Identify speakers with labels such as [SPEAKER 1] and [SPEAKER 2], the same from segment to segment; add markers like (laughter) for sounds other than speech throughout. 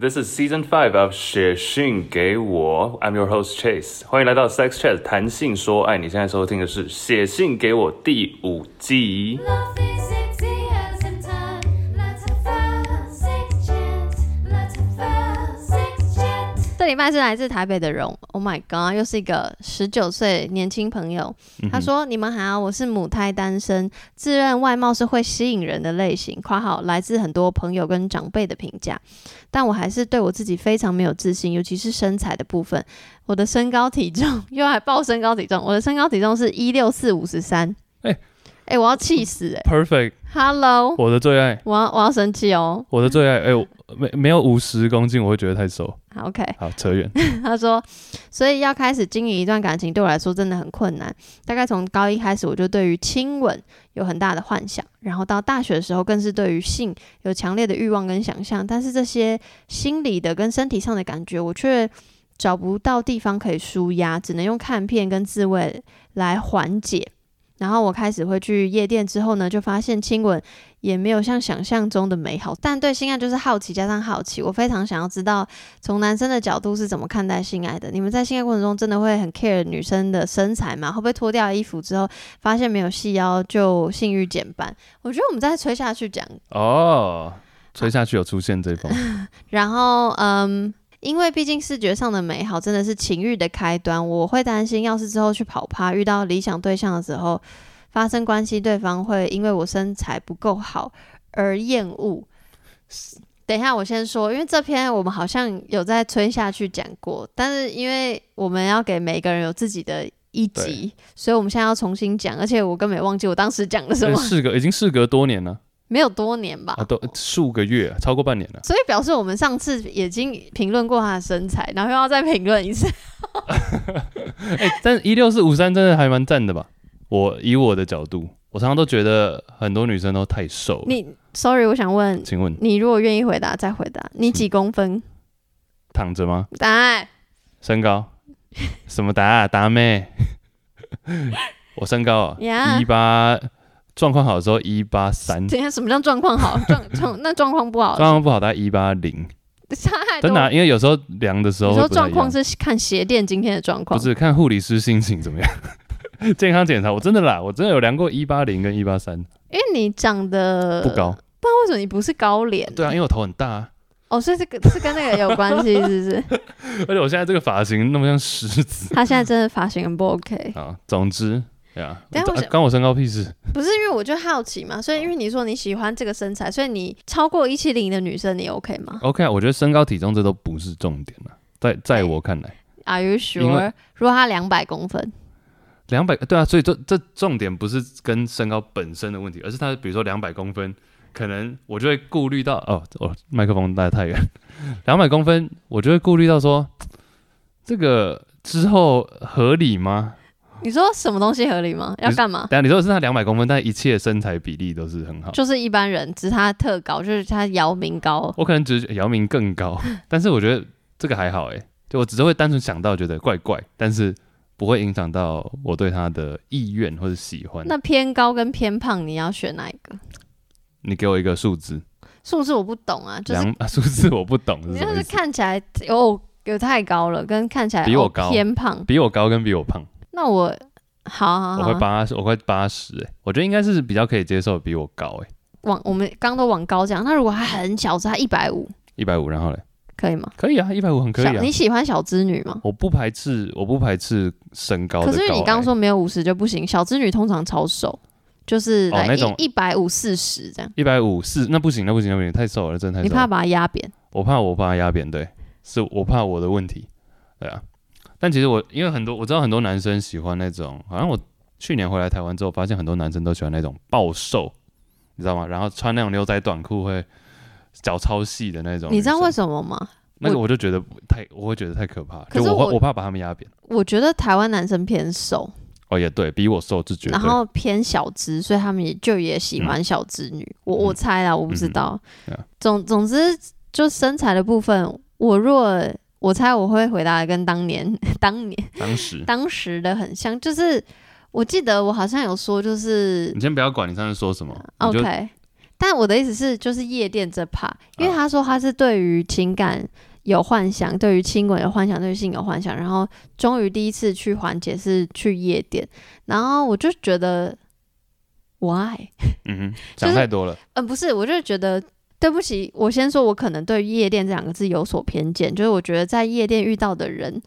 [SPEAKER 1] This is season five of 写信给我，I'm your host Chase，欢迎来到 Sex Chat 谈性说爱。你现在收听的是《写信给我》第五季。
[SPEAKER 2] Love is sexy as in time. Let's have a sex chat. Let's have a sex chat.
[SPEAKER 3] 这礼拜是来自台北的荣，Oh my god，又是一个十九岁年轻朋友。
[SPEAKER 4] 嗯
[SPEAKER 3] 他说：“你们好，我是母胎单身，自认外貌是会吸引人的类型。”（括号来自很多朋友跟长辈的评价）但我还是对我自己非常没有自信，尤其是身材的部分。我的身高体重又还报身高体重，我的身高体重是一六四五十三。
[SPEAKER 4] 哎
[SPEAKER 3] 哎，我要气死哎、
[SPEAKER 4] Perfect，
[SPEAKER 3] Hello，
[SPEAKER 4] 我的最爱，
[SPEAKER 3] 我要我要生气哦。
[SPEAKER 4] 我的最爱。哎、我没没有五十公斤，我会觉得太瘦。
[SPEAKER 3] 好 OK，
[SPEAKER 4] 好，
[SPEAKER 3] (laughs)
[SPEAKER 4] 扯远。
[SPEAKER 3] 他说，所以要开始经营一段感情，对我来说真的很困难。大概从高一开始，我就对于亲吻有很大的幻想，然后到大学的时候，更是对于性有强烈的欲望跟想象。但是这些心理的跟身体上的感觉，我却找不到地方可以舒压，只能用看片跟自慰来缓解。然后我开始会去夜店之后呢，就发现亲吻也没有像想象中的美好，但对性爱就是好奇加上好奇，我非常想要知道从男生的角度是怎么看待性爱的？你们在性爱过程中真的会很 care 女生的身材吗？会不会脱掉衣服之后发现没有细腰就性欲减半？我觉得我们再吹下去讲。
[SPEAKER 4] 哦，吹下去有出现这
[SPEAKER 3] (laughs)
[SPEAKER 4] 封。
[SPEAKER 3] 然后，嗯，因为毕竟视觉上的美好真的是情欲的开端，我会担心，要是之后去跑趴遇到理想对象的时候发生关系，对方会因为我身材不够好而厌恶。等一下，我先说，因为这篇我们好像有在吹下去讲过，但是因为我们要给每个人有自己的一集，所以我们现在要重新讲，而且我根本也忘记我当时讲了什
[SPEAKER 4] 哎
[SPEAKER 3] 么，
[SPEAKER 4] 事隔已经事隔多年了
[SPEAKER 3] 没有多年吧？
[SPEAKER 4] 啊，都数个月，超过半年了。
[SPEAKER 3] 所以表示我们上次已经评论过他的身材，然后又要再评论一
[SPEAKER 4] (laughs)
[SPEAKER 3] 次。
[SPEAKER 4] 哎、但一六四五三真的还蛮赞的吧？我以我的角度，我常常都觉得很多女生都太瘦了。
[SPEAKER 3] 你 sorry，我想问
[SPEAKER 4] 请问
[SPEAKER 3] 你，如果愿意回答再回答，你几公分？
[SPEAKER 4] 躺着吗？
[SPEAKER 3] 答案
[SPEAKER 4] 嗯
[SPEAKER 3] (laughs)
[SPEAKER 4] 身高？什么答啊？答妹？ (laughs) 我身高啊，
[SPEAKER 3] Yeah
[SPEAKER 4] 一八，状况好的时候一八三，
[SPEAKER 3] 等一下什么叫状况
[SPEAKER 4] (laughs)
[SPEAKER 3] 好？状状那状况不好，
[SPEAKER 4] 状况不好大概一八零。
[SPEAKER 3] 差太多。
[SPEAKER 4] 真的啊、因为有时候量的时候
[SPEAKER 3] 你
[SPEAKER 4] 会
[SPEAKER 3] 说
[SPEAKER 4] 不太
[SPEAKER 3] 状
[SPEAKER 4] 一
[SPEAKER 3] 况
[SPEAKER 4] 样，
[SPEAKER 3] 是看鞋店今天的状况
[SPEAKER 4] 不，是看护理师心情怎么样。 (laughs) 健康检查，我真的啦，我真的有量过一八零跟一八三，
[SPEAKER 3] 因为你长得
[SPEAKER 4] 不高。
[SPEAKER 3] 那为什么你不是高脸？
[SPEAKER 4] 对啊，因为我头很大、啊，
[SPEAKER 3] 哦，所以这个是跟那个有关系，是
[SPEAKER 4] (laughs)
[SPEAKER 3] 不是？
[SPEAKER 4] 而且我现在这个发型那么像狮子 (laughs)
[SPEAKER 3] 他现在真的发型很不 OK，
[SPEAKER 4] 啊。总之，对啊，
[SPEAKER 3] 等一下我
[SPEAKER 4] 啊
[SPEAKER 3] 想
[SPEAKER 4] 关我身高屁事。
[SPEAKER 3] 不是因为我就好奇嘛，所以因为你说你喜欢这个身材，所以你超过一七零的女生你 OK 吗
[SPEAKER 4] OK 啊，我觉得身高体重这都不是重点啊，在
[SPEAKER 3] 哎
[SPEAKER 4] 在我看来，
[SPEAKER 3] ？Are you
[SPEAKER 4] 因
[SPEAKER 3] sure？
[SPEAKER 4] 为
[SPEAKER 3] 如果他两百公分，
[SPEAKER 4] 两百对啊，所以这这重点不是跟身高本身的问题，而是它比如说两百公分，可能我就会顾虑到哦哦，麦克风带太远，两百公分我就会顾虑到说这个之后合理吗？
[SPEAKER 3] 你说什么东西合理吗？要干嘛？
[SPEAKER 4] 等下你说是他两百公分，但一切身材比例都是很好。
[SPEAKER 3] 就是一般人，只是他特高，就是他姚明高。
[SPEAKER 4] 我可能只是姚明
[SPEAKER 3] (laughs)
[SPEAKER 4] 更高，但是我觉得这个还好诶、就我只是会单纯想到觉得怪怪，但是不会影响到我对他的意愿或者喜欢。
[SPEAKER 3] 那偏高跟偏胖，你要选哪一个？
[SPEAKER 4] 你给我一个数字，
[SPEAKER 3] 数字我不懂啊，就是
[SPEAKER 4] 两 (laughs) 数字我不懂是
[SPEAKER 3] 你
[SPEAKER 4] 什
[SPEAKER 3] 要
[SPEAKER 4] 么意
[SPEAKER 3] 是
[SPEAKER 4] 思。
[SPEAKER 3] 看起来有有太高了，跟看起来
[SPEAKER 4] 比我
[SPEAKER 3] 哦
[SPEAKER 4] 高
[SPEAKER 3] 偏胖，
[SPEAKER 4] 比我高跟比我胖，
[SPEAKER 3] 那我好好
[SPEAKER 4] 我
[SPEAKER 3] 好
[SPEAKER 4] 快，八十，我快八十哎，我觉得应该是比较可以接受比我高哎，
[SPEAKER 3] 往我们刚都往高讲。那如果他很小只，他一百五
[SPEAKER 4] 一百五，然后嘞，
[SPEAKER 3] 可以吗？
[SPEAKER 4] 可以啊，一百五很可以
[SPEAKER 3] 小
[SPEAKER 4] 啊
[SPEAKER 3] 你，喜欢小织女吗？
[SPEAKER 4] 我不排斥，我不排斥身高的高
[SPEAKER 3] 可
[SPEAKER 4] 欸。
[SPEAKER 3] 是你刚刚说没有五十就不行，小织女通常超瘦，就是
[SPEAKER 4] 哦
[SPEAKER 3] 来
[SPEAKER 4] 那种
[SPEAKER 3] 一一百五四十这样，
[SPEAKER 4] 一百五四，那不行，那不行，那不行，太瘦了，真的太
[SPEAKER 3] 你
[SPEAKER 4] 瘦了。
[SPEAKER 3] 怕把它压扁？
[SPEAKER 4] 我怕我把它压扁，对，是我怕我的问题，对啊。但其实我因为很多我知道很多男生喜欢那种，好像我去年回来台湾之后，发现很多男生都喜欢那种暴瘦，你知道吗？然后穿那种牛仔短裤会脚超细的那种女生。
[SPEAKER 3] 你知道为什么吗？
[SPEAKER 4] 那个我就觉得太，我会觉得太可怕了，
[SPEAKER 3] 可
[SPEAKER 4] 就是我会
[SPEAKER 3] 我
[SPEAKER 4] 我怕把他们压扁。
[SPEAKER 3] 我觉得台湾男生偏瘦，
[SPEAKER 4] 哦，也对，比我瘦是绝对。
[SPEAKER 3] 然后偏小只，所以他们也就也喜欢小只女。我我猜啦，我不知道。
[SPEAKER 4] 嗯对啊
[SPEAKER 3] 总总之，就身材的部分，我若我猜我会回答得跟当年 (laughs) 当年
[SPEAKER 4] 当时
[SPEAKER 3] 当时的很像，就是我记得我好像有说，就是
[SPEAKER 4] 你先不要管你上次说什么你就
[SPEAKER 3] OK。但我的意思是，就是夜店这趴，因为他说他是对于情感有幻想，对于亲吻有幻想，对于性有幻想，然后终于第一次去环节是去夜店，然后我就觉得我爱，
[SPEAKER 4] 嗯哼，
[SPEAKER 3] 就是
[SPEAKER 4] 讲太多了，
[SPEAKER 3] 嗯，不是，我就觉得对不起，我先说，我可能对夜店这两个字有所偏见，就是我觉得在夜店遇到的人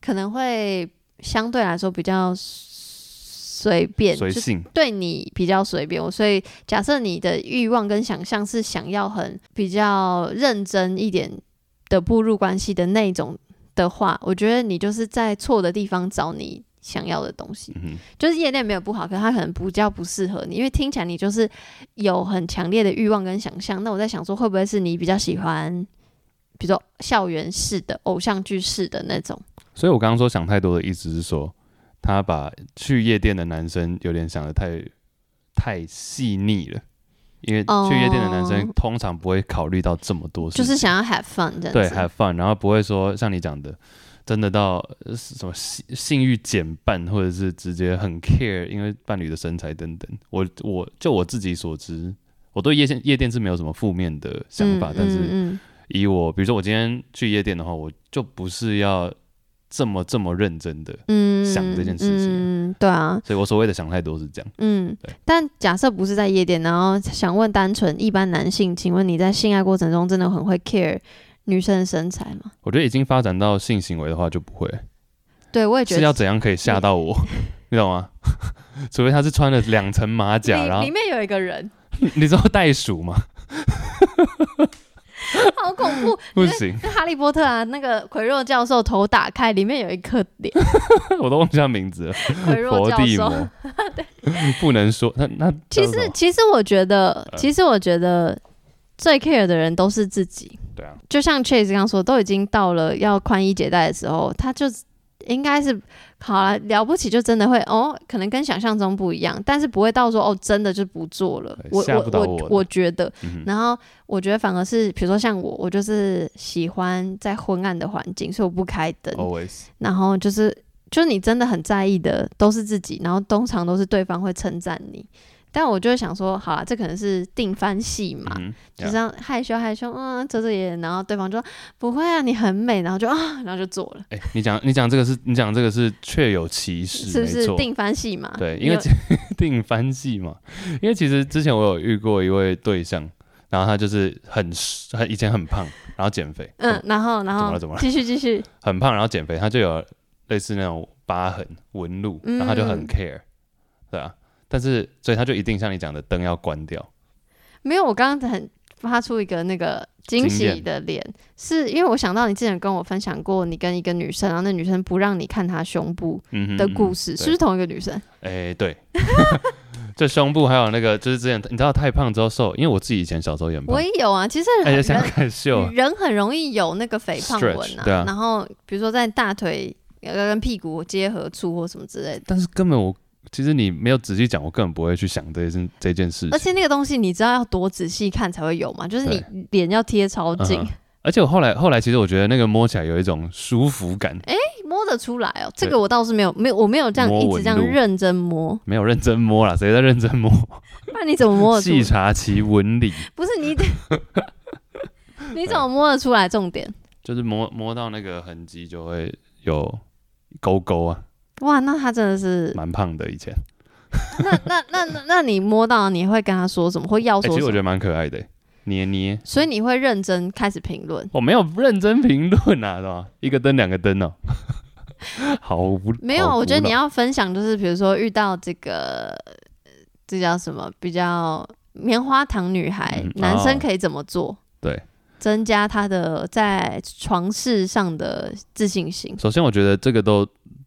[SPEAKER 3] 可能会相对来说比较随便，
[SPEAKER 4] 随
[SPEAKER 3] 就
[SPEAKER 4] 性，
[SPEAKER 3] 对你比较随便，我所以假设你的欲望跟想象是想要很比较认真一点的步入关系的那种的话，我觉得你就是在错的地方找你想要的东西。
[SPEAKER 4] 嗯
[SPEAKER 3] 就是夜店没有不好，可是它可能比较不适合你，因为听起来你就是有很强烈的欲望跟想象。那我在想说，会不会是你比较喜欢，比如说校园式的、偶像剧式的那种？
[SPEAKER 4] 哼。所以我刚刚说想太多的意思是说，他把去夜店的男生有点想的太太细腻了，因为
[SPEAKER 3] 哦
[SPEAKER 4] 去夜店的男生通常不会考虑到这么多事
[SPEAKER 3] 就
[SPEAKER 4] 情，
[SPEAKER 3] 是想要 have fun 这样子。
[SPEAKER 4] 对 have fun，然后不会说像你讲的。真的到呃什么性性欲减半，或者是直接很 care，因为伴侣的身材等等。我我就我自己所知，我对夜店夜店是没有什么负面的想法，
[SPEAKER 3] 嗯
[SPEAKER 4] 但是
[SPEAKER 3] 嗯嗯
[SPEAKER 4] 以我，比如说我今天去夜店的话，我就不是要这么这么认真的，
[SPEAKER 3] 嗯
[SPEAKER 4] 想这件事情
[SPEAKER 3] 嗯，对啊，
[SPEAKER 4] 所以我所谓的想太多是这样。
[SPEAKER 3] 嗯
[SPEAKER 4] 对，
[SPEAKER 3] 但假设不是在夜店，然后想问单纯一般男性，请问你在性爱过程中真的很会 care 女生的身材吗？
[SPEAKER 4] 我觉得已经发展到性行为的话就不会，
[SPEAKER 3] 对我也觉
[SPEAKER 4] 是要
[SPEAKER 3] 得。
[SPEAKER 4] 怎样可以吓到我， (laughs) 你懂吗？除非他是穿了两层马
[SPEAKER 3] 里
[SPEAKER 4] 甲，然后 (laughs)
[SPEAKER 3] 里面有一个人，
[SPEAKER 4] 你知道袋
[SPEAKER 3] (laughs)
[SPEAKER 4] 鼠吗？
[SPEAKER 3] 好恐
[SPEAKER 4] (laughs)
[SPEAKER 3] 怖！
[SPEAKER 4] 不行，
[SPEAKER 3] 就哈利波特啊，那个奎若教授头打开，里面有一颗
[SPEAKER 4] (laughs)
[SPEAKER 3] 脸，
[SPEAKER 4] 我都忘记他名字了。
[SPEAKER 3] 奎若
[SPEAKER 4] 佛
[SPEAKER 3] 教
[SPEAKER 4] 地
[SPEAKER 3] 授。 (laughs)
[SPEAKER 4] 魔，不能说。那那
[SPEAKER 3] 其
[SPEAKER 4] 叫什
[SPEAKER 3] 实，
[SPEAKER 4] 么
[SPEAKER 3] 其实我觉得，
[SPEAKER 4] 嗯
[SPEAKER 3] 其实我觉得最 care 的人都是自己。
[SPEAKER 4] 对啊，
[SPEAKER 3] 就像 Chase 刚说，都已经到了要宽衣解带的时候，他就应该是好了，了不起就真的会哦，可能跟想象中不一样，但是不会到说哦，真的就不做了
[SPEAKER 4] 对。
[SPEAKER 3] 我
[SPEAKER 4] 吓不到
[SPEAKER 3] 我
[SPEAKER 4] 我的
[SPEAKER 3] 我我觉得，
[SPEAKER 4] 嗯哼
[SPEAKER 3] 然后我觉得反而是，比如说像我，我就是喜欢在昏暗的环境，所以我不开灯，
[SPEAKER 4] ，always
[SPEAKER 3] 然后就是就是你真的很在意的都是自己，然后通常都是对方会称赞你。但我就会想说，好啦，这可能是定番戏嘛，
[SPEAKER 4] 嗯哼，
[SPEAKER 3] 就这样害羞害羞，嗯，遮遮掩掩，然后对方就说不会啊，你很美，然后就啊，然后就做了，
[SPEAKER 4] 哎，你讲你讲这个是你讲这个是确有其事，
[SPEAKER 3] 是不
[SPEAKER 4] 没
[SPEAKER 3] 是
[SPEAKER 4] 错
[SPEAKER 3] 定番戏嘛？
[SPEAKER 4] 对，
[SPEAKER 3] 啊你
[SPEAKER 4] 因为
[SPEAKER 3] 有
[SPEAKER 4] 其 (laughs) 定番系嘛，因为其实之前我有遇过一位对象，然后他就是很瘦很以前很胖，然后减肥，
[SPEAKER 3] 嗯，然后然
[SPEAKER 4] 哦怎么
[SPEAKER 3] 后
[SPEAKER 4] 了怎么了
[SPEAKER 3] 继续继续，
[SPEAKER 4] 很胖然后减肥，他就有类似那种疤痕纹路，然后他就很
[SPEAKER 3] 嗯
[SPEAKER 4] care，、对啊，但是所以他就一定像你讲的灯要关掉，
[SPEAKER 3] 没有，我刚刚很发出一个那个惊
[SPEAKER 4] 惊
[SPEAKER 3] 喜
[SPEAKER 4] 艳
[SPEAKER 3] 的脸，是因为我想到你之前跟我分享过，你跟一个女生，然后那女生不让你看她胸部
[SPEAKER 4] 嗯哼
[SPEAKER 3] 的
[SPEAKER 4] 嗯
[SPEAKER 3] 故
[SPEAKER 4] 哼
[SPEAKER 3] 事，
[SPEAKER 4] 对
[SPEAKER 3] 是不是同一个女生？
[SPEAKER 4] 哎、对。 (laughs) 这胸部还有那个，就是之前你知道太胖之后瘦，因为我自己以前小时候也很胖
[SPEAKER 3] 我，也有啊，其实
[SPEAKER 4] 哎
[SPEAKER 3] 很
[SPEAKER 4] 呀，想
[SPEAKER 3] 人
[SPEAKER 4] 看秀啊，
[SPEAKER 3] 人很容易有那个肥胖纹
[SPEAKER 4] Stretch，对啊
[SPEAKER 3] 然后比如说在大腿呃跟屁股结合处或什么之类的。
[SPEAKER 4] 但是根本我其实你没有仔细讲，我根本不会去想这件这件事情
[SPEAKER 3] 而。且那个东西你知道要多仔细看才会有嘛，就是
[SPEAKER 4] 对
[SPEAKER 3] 你脸要贴超哎近，
[SPEAKER 4] 嗯哼而且我后来后来，其实我觉得那个摸起来有一种舒服感，
[SPEAKER 3] 摸得出来哦。这个我倒是没有，没有，我没有这样
[SPEAKER 4] 摸
[SPEAKER 3] 一
[SPEAKER 4] 纹
[SPEAKER 3] 直这样
[SPEAKER 4] 路
[SPEAKER 3] 认真摸，
[SPEAKER 4] 没有认真摸啦，谁在认真摸？
[SPEAKER 3] 不然你怎么摸得出
[SPEAKER 4] 细？察其
[SPEAKER 3] (laughs)
[SPEAKER 4] 纹理，
[SPEAKER 3] 不
[SPEAKER 4] (laughs)
[SPEAKER 3] 是你得，
[SPEAKER 4] 嗯
[SPEAKER 3] 你怎么摸得出来？重点
[SPEAKER 4] 就是摸摸到那个痕迹就会有勾勾啊，
[SPEAKER 3] 哇，那他真的
[SPEAKER 4] (laughs)
[SPEAKER 3] 是，
[SPEAKER 4] 蛮胖的以前。
[SPEAKER 3] 那那那那那你摸到你会跟他说什么，会要
[SPEAKER 4] 哎、
[SPEAKER 3] 说
[SPEAKER 4] 其
[SPEAKER 3] 什
[SPEAKER 4] 实我觉
[SPEAKER 3] 么？
[SPEAKER 4] 得蛮可爱的、捏
[SPEAKER 3] (laughs)
[SPEAKER 4] 捏。
[SPEAKER 3] 所以你会认真开始评论。
[SPEAKER 4] 我没有认真评论啊，是吧？一个灯两个灯哦、 (laughs) 好无
[SPEAKER 3] 没有，
[SPEAKER 4] 好
[SPEAKER 3] 我觉得
[SPEAKER 4] 哦古
[SPEAKER 3] 你
[SPEAKER 4] 老
[SPEAKER 3] 要分享就是，比如说遇到这个，呃这叫什么？比较棉花糖女孩，
[SPEAKER 4] 嗯
[SPEAKER 3] 男生
[SPEAKER 4] 哦
[SPEAKER 3] 可以怎么做？
[SPEAKER 4] 对，
[SPEAKER 3] 增加他的在床事上的自信心。
[SPEAKER 4] 首先，我觉得这个都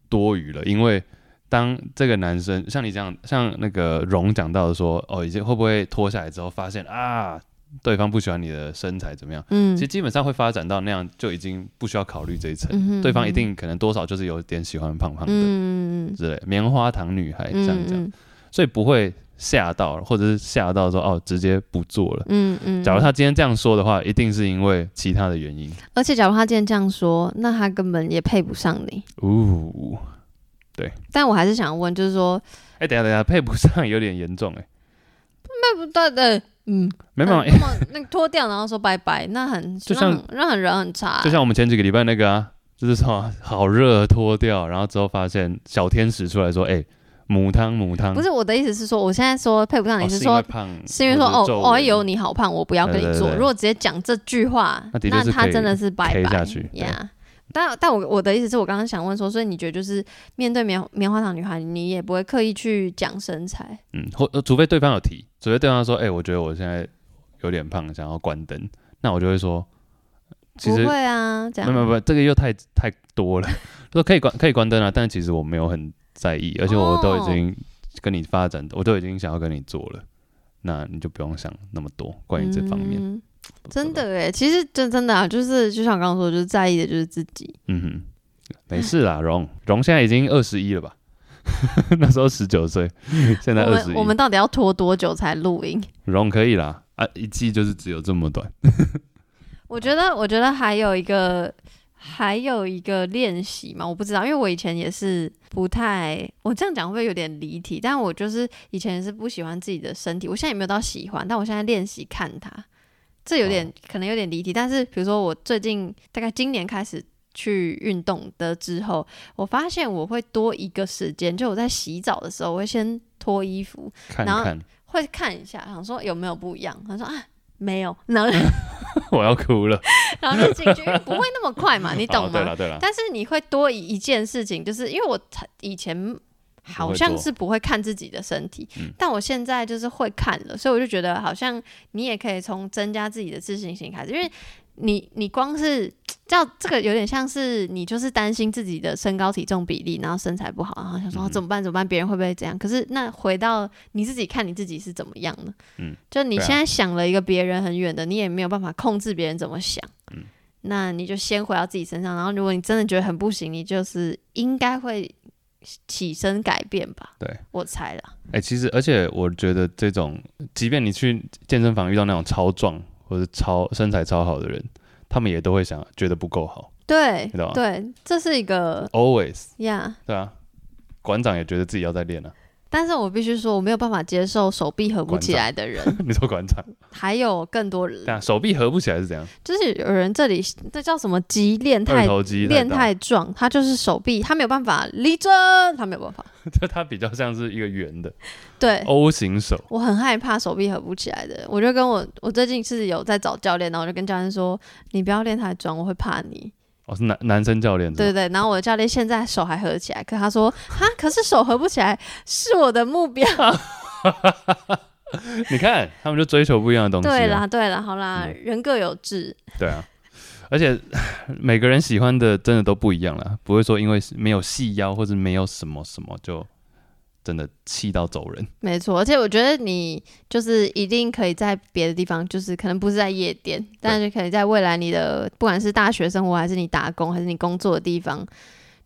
[SPEAKER 4] 多余了，因为当这个男生像你这样，像那个荣讲到的说，哦，已经会不会脱下来之后发现啊，对方不喜欢你的身材怎么样？
[SPEAKER 3] 嗯
[SPEAKER 4] 其实基本上会发展到那样，就已经不需要考虑这一层，
[SPEAKER 3] 嗯哼
[SPEAKER 4] 对方一定可能多少就是有点喜欢胖胖的、
[SPEAKER 3] 嗯嗯
[SPEAKER 4] 之类，棉花糖女孩这样
[SPEAKER 3] 嗯
[SPEAKER 4] 讲，
[SPEAKER 3] 嗯
[SPEAKER 4] 所以不会吓到，或者是吓到说哦，直接不做了。
[SPEAKER 3] 嗯嗯。
[SPEAKER 4] 假如他今天这样说的话，一定是因为其他的原因。
[SPEAKER 3] 而且假如他今天这样说，那他根本也配不上你。
[SPEAKER 4] 呜、
[SPEAKER 3] 但我还是想问，就是说
[SPEAKER 4] 哎、等一下等一下，配不上有点严重哎、
[SPEAKER 3] 配不到的，嗯，
[SPEAKER 4] 没办法，
[SPEAKER 3] 那那么那个脱掉然后说拜拜，那很
[SPEAKER 4] 就像
[SPEAKER 3] 让让很人很差、
[SPEAKER 4] (laughs) 就像我们前几个礼拜那个啊，就是说好热脱掉，然后之后发现小天使出来说，哎、母汤母汤，
[SPEAKER 3] 不是我的意思是说，我现在说配不上
[SPEAKER 4] 嗯哦，
[SPEAKER 3] 你是
[SPEAKER 4] 因为
[SPEAKER 3] 说
[SPEAKER 4] 胖，
[SPEAKER 3] 是因为说
[SPEAKER 4] 或者皱
[SPEAKER 3] 哦，哎
[SPEAKER 4] 纹
[SPEAKER 3] 呦，你好胖，我不要跟你
[SPEAKER 4] 对对
[SPEAKER 3] 做。
[SPEAKER 4] 对
[SPEAKER 3] 如果直接讲这句话，
[SPEAKER 4] 那的确是
[SPEAKER 3] 他
[SPEAKER 4] 可以
[SPEAKER 3] 真的是拜
[SPEAKER 4] 贴
[SPEAKER 3] 拜
[SPEAKER 4] 下去对
[SPEAKER 3] 呀。但但我我的意思是我刚刚想问说，所以你觉得就是面对棉棉花糖女孩，你也不会刻意去讲身材，
[SPEAKER 4] 嗯，或呃除非对方有提，除非对方说，哎、我觉得我现在有点胖，想要关灯，那我就会说，其
[SPEAKER 3] 不
[SPEAKER 4] 实
[SPEAKER 3] 会啊，这
[SPEAKER 4] 没有没有
[SPEAKER 3] 样。
[SPEAKER 4] 没有，这个又太太多了。 (laughs) 说可以关可以关灯啊，但其实我没有很在意，而且我都已
[SPEAKER 3] 哦
[SPEAKER 4] 经跟你发展，我都已经想要跟你做了，那你就不用想那么多关于这方面。
[SPEAKER 3] 嗯真的哎，其实真真的啊，就是就像我刚刚说，就是在意的就是自己。
[SPEAKER 4] 嗯哼，没事啦，荣荣现在已经二十一了吧？ (laughs) 那时候十九岁，现在
[SPEAKER 3] 我
[SPEAKER 4] 二十
[SPEAKER 3] 们我们
[SPEAKER 4] 一，
[SPEAKER 3] 到底要拖多久才录音？
[SPEAKER 4] 荣可以啦。啊，一季就是只有这么短，
[SPEAKER 3] 我觉得，我觉得还有一个，还有一个练习嘛，我不知道，因为我以前也是不太，我这样讲会不会有点离题？但我就是以前也是不喜欢自己的身体，我现在也没有到喜欢，但我现在练习看它，这有点、可能有点离题。但是比如说我最近大概今年开始。去运动的之后，我发现我会多一个时间，就我在洗澡的时候，我会先脱衣服，
[SPEAKER 4] 看
[SPEAKER 3] 然后
[SPEAKER 4] 看， (laughs)
[SPEAKER 3] 会看一下，想说有没有不一样。他说啊，没有，然后
[SPEAKER 4] 我要哭了。
[SPEAKER 3] 然后就进去，因为不会那么快
[SPEAKER 4] (laughs)
[SPEAKER 3] 嘛，你懂
[SPEAKER 4] 哦对
[SPEAKER 3] 吗？
[SPEAKER 4] 了对了，
[SPEAKER 3] 但是你会多一一件事情，就是因为我以前好像是不会看自己的身体，
[SPEAKER 4] 嗯
[SPEAKER 3] 但我现在就是会看了，所以我就觉得好像你也可以从增加自己的自信心开始，因为你你光是这样，这个有点像是你就是担心自己的身高体重比例，然后身材不好，然后想说、
[SPEAKER 4] 嗯
[SPEAKER 3] 啊怎么办怎么办，别人会不会怎样？可是那回到你自己看你自己是怎么样呢？
[SPEAKER 4] 嗯，
[SPEAKER 3] 就你
[SPEAKER 4] 对啊
[SPEAKER 3] 现在想了一个别人很远的，你也没有办法控制别人怎么想。
[SPEAKER 4] 啊
[SPEAKER 3] 那你就先回到自己身上，然后如果你真的觉得很不行，你就是应该会起身改变吧？
[SPEAKER 4] 对，
[SPEAKER 3] 我猜了。
[SPEAKER 4] 哎、其实而且我觉得这种，即便你去健身房遇到那种超壮或者超身材超好的人，他们也都会想觉得不够好
[SPEAKER 3] 对
[SPEAKER 4] 你懂吗
[SPEAKER 3] 对，这是一个
[SPEAKER 4] ，always，
[SPEAKER 3] 呀。
[SPEAKER 4] 对啊。馆长也觉得自己要再练啊， (laughs)
[SPEAKER 3] 但是我必须说，我没有办法接受手臂合不起来的人，
[SPEAKER 4] 你说馆长，
[SPEAKER 3] 还有更
[SPEAKER 4] (laughs)
[SPEAKER 3] 多人
[SPEAKER 4] 对，啊，手臂合不起来是怎样？
[SPEAKER 3] 就是有人这里这叫什么肌练
[SPEAKER 4] 二
[SPEAKER 3] 太
[SPEAKER 4] 头肌
[SPEAKER 3] 练
[SPEAKER 4] 大，
[SPEAKER 3] 太壮，他就是手臂，他没有办法立正，他没有办法。
[SPEAKER 4] (laughs) 就它比较像是一个圆的
[SPEAKER 3] 对， (laughs)
[SPEAKER 4] O 型手，
[SPEAKER 3] 我很害怕手臂合不起来的，我就跟我我最近是有在找教练，然后我就跟教练说，你不要练太壮，我会怕你。
[SPEAKER 4] 哦，是男男生教练，
[SPEAKER 3] 对，对，然后我的教练现在手还合起来，可他说哈，可是手合不起来是我的目标。
[SPEAKER 4] 你看他们就追求不一样的东西、
[SPEAKER 3] (laughs)
[SPEAKER 4] 啊，
[SPEAKER 3] 对啦，对啦，好啦，
[SPEAKER 4] 嗯
[SPEAKER 3] 人各有志。
[SPEAKER 4] 对啊，而且每个人喜欢的真的都不一样啦，不会说因为没有细腰或者没有什么什么就真的气到走人。
[SPEAKER 3] 没错，而且我觉得你就是一定可以在别的地方，就是可能不是在夜店，但是可以在未来你的不管是大学生活，还是你打工，还是你工作的地方，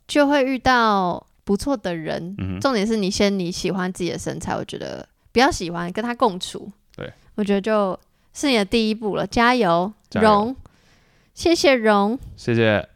[SPEAKER 3] 就会遇到不错的人。
[SPEAKER 4] 嗯哼，
[SPEAKER 3] 重点是你先你喜欢自己的身材，我觉得比较喜欢跟他共处。
[SPEAKER 4] 对，
[SPEAKER 3] 我觉得就是你的第一步了，加油，
[SPEAKER 4] 加油
[SPEAKER 3] 荣，谢谢荣。
[SPEAKER 4] 谢谢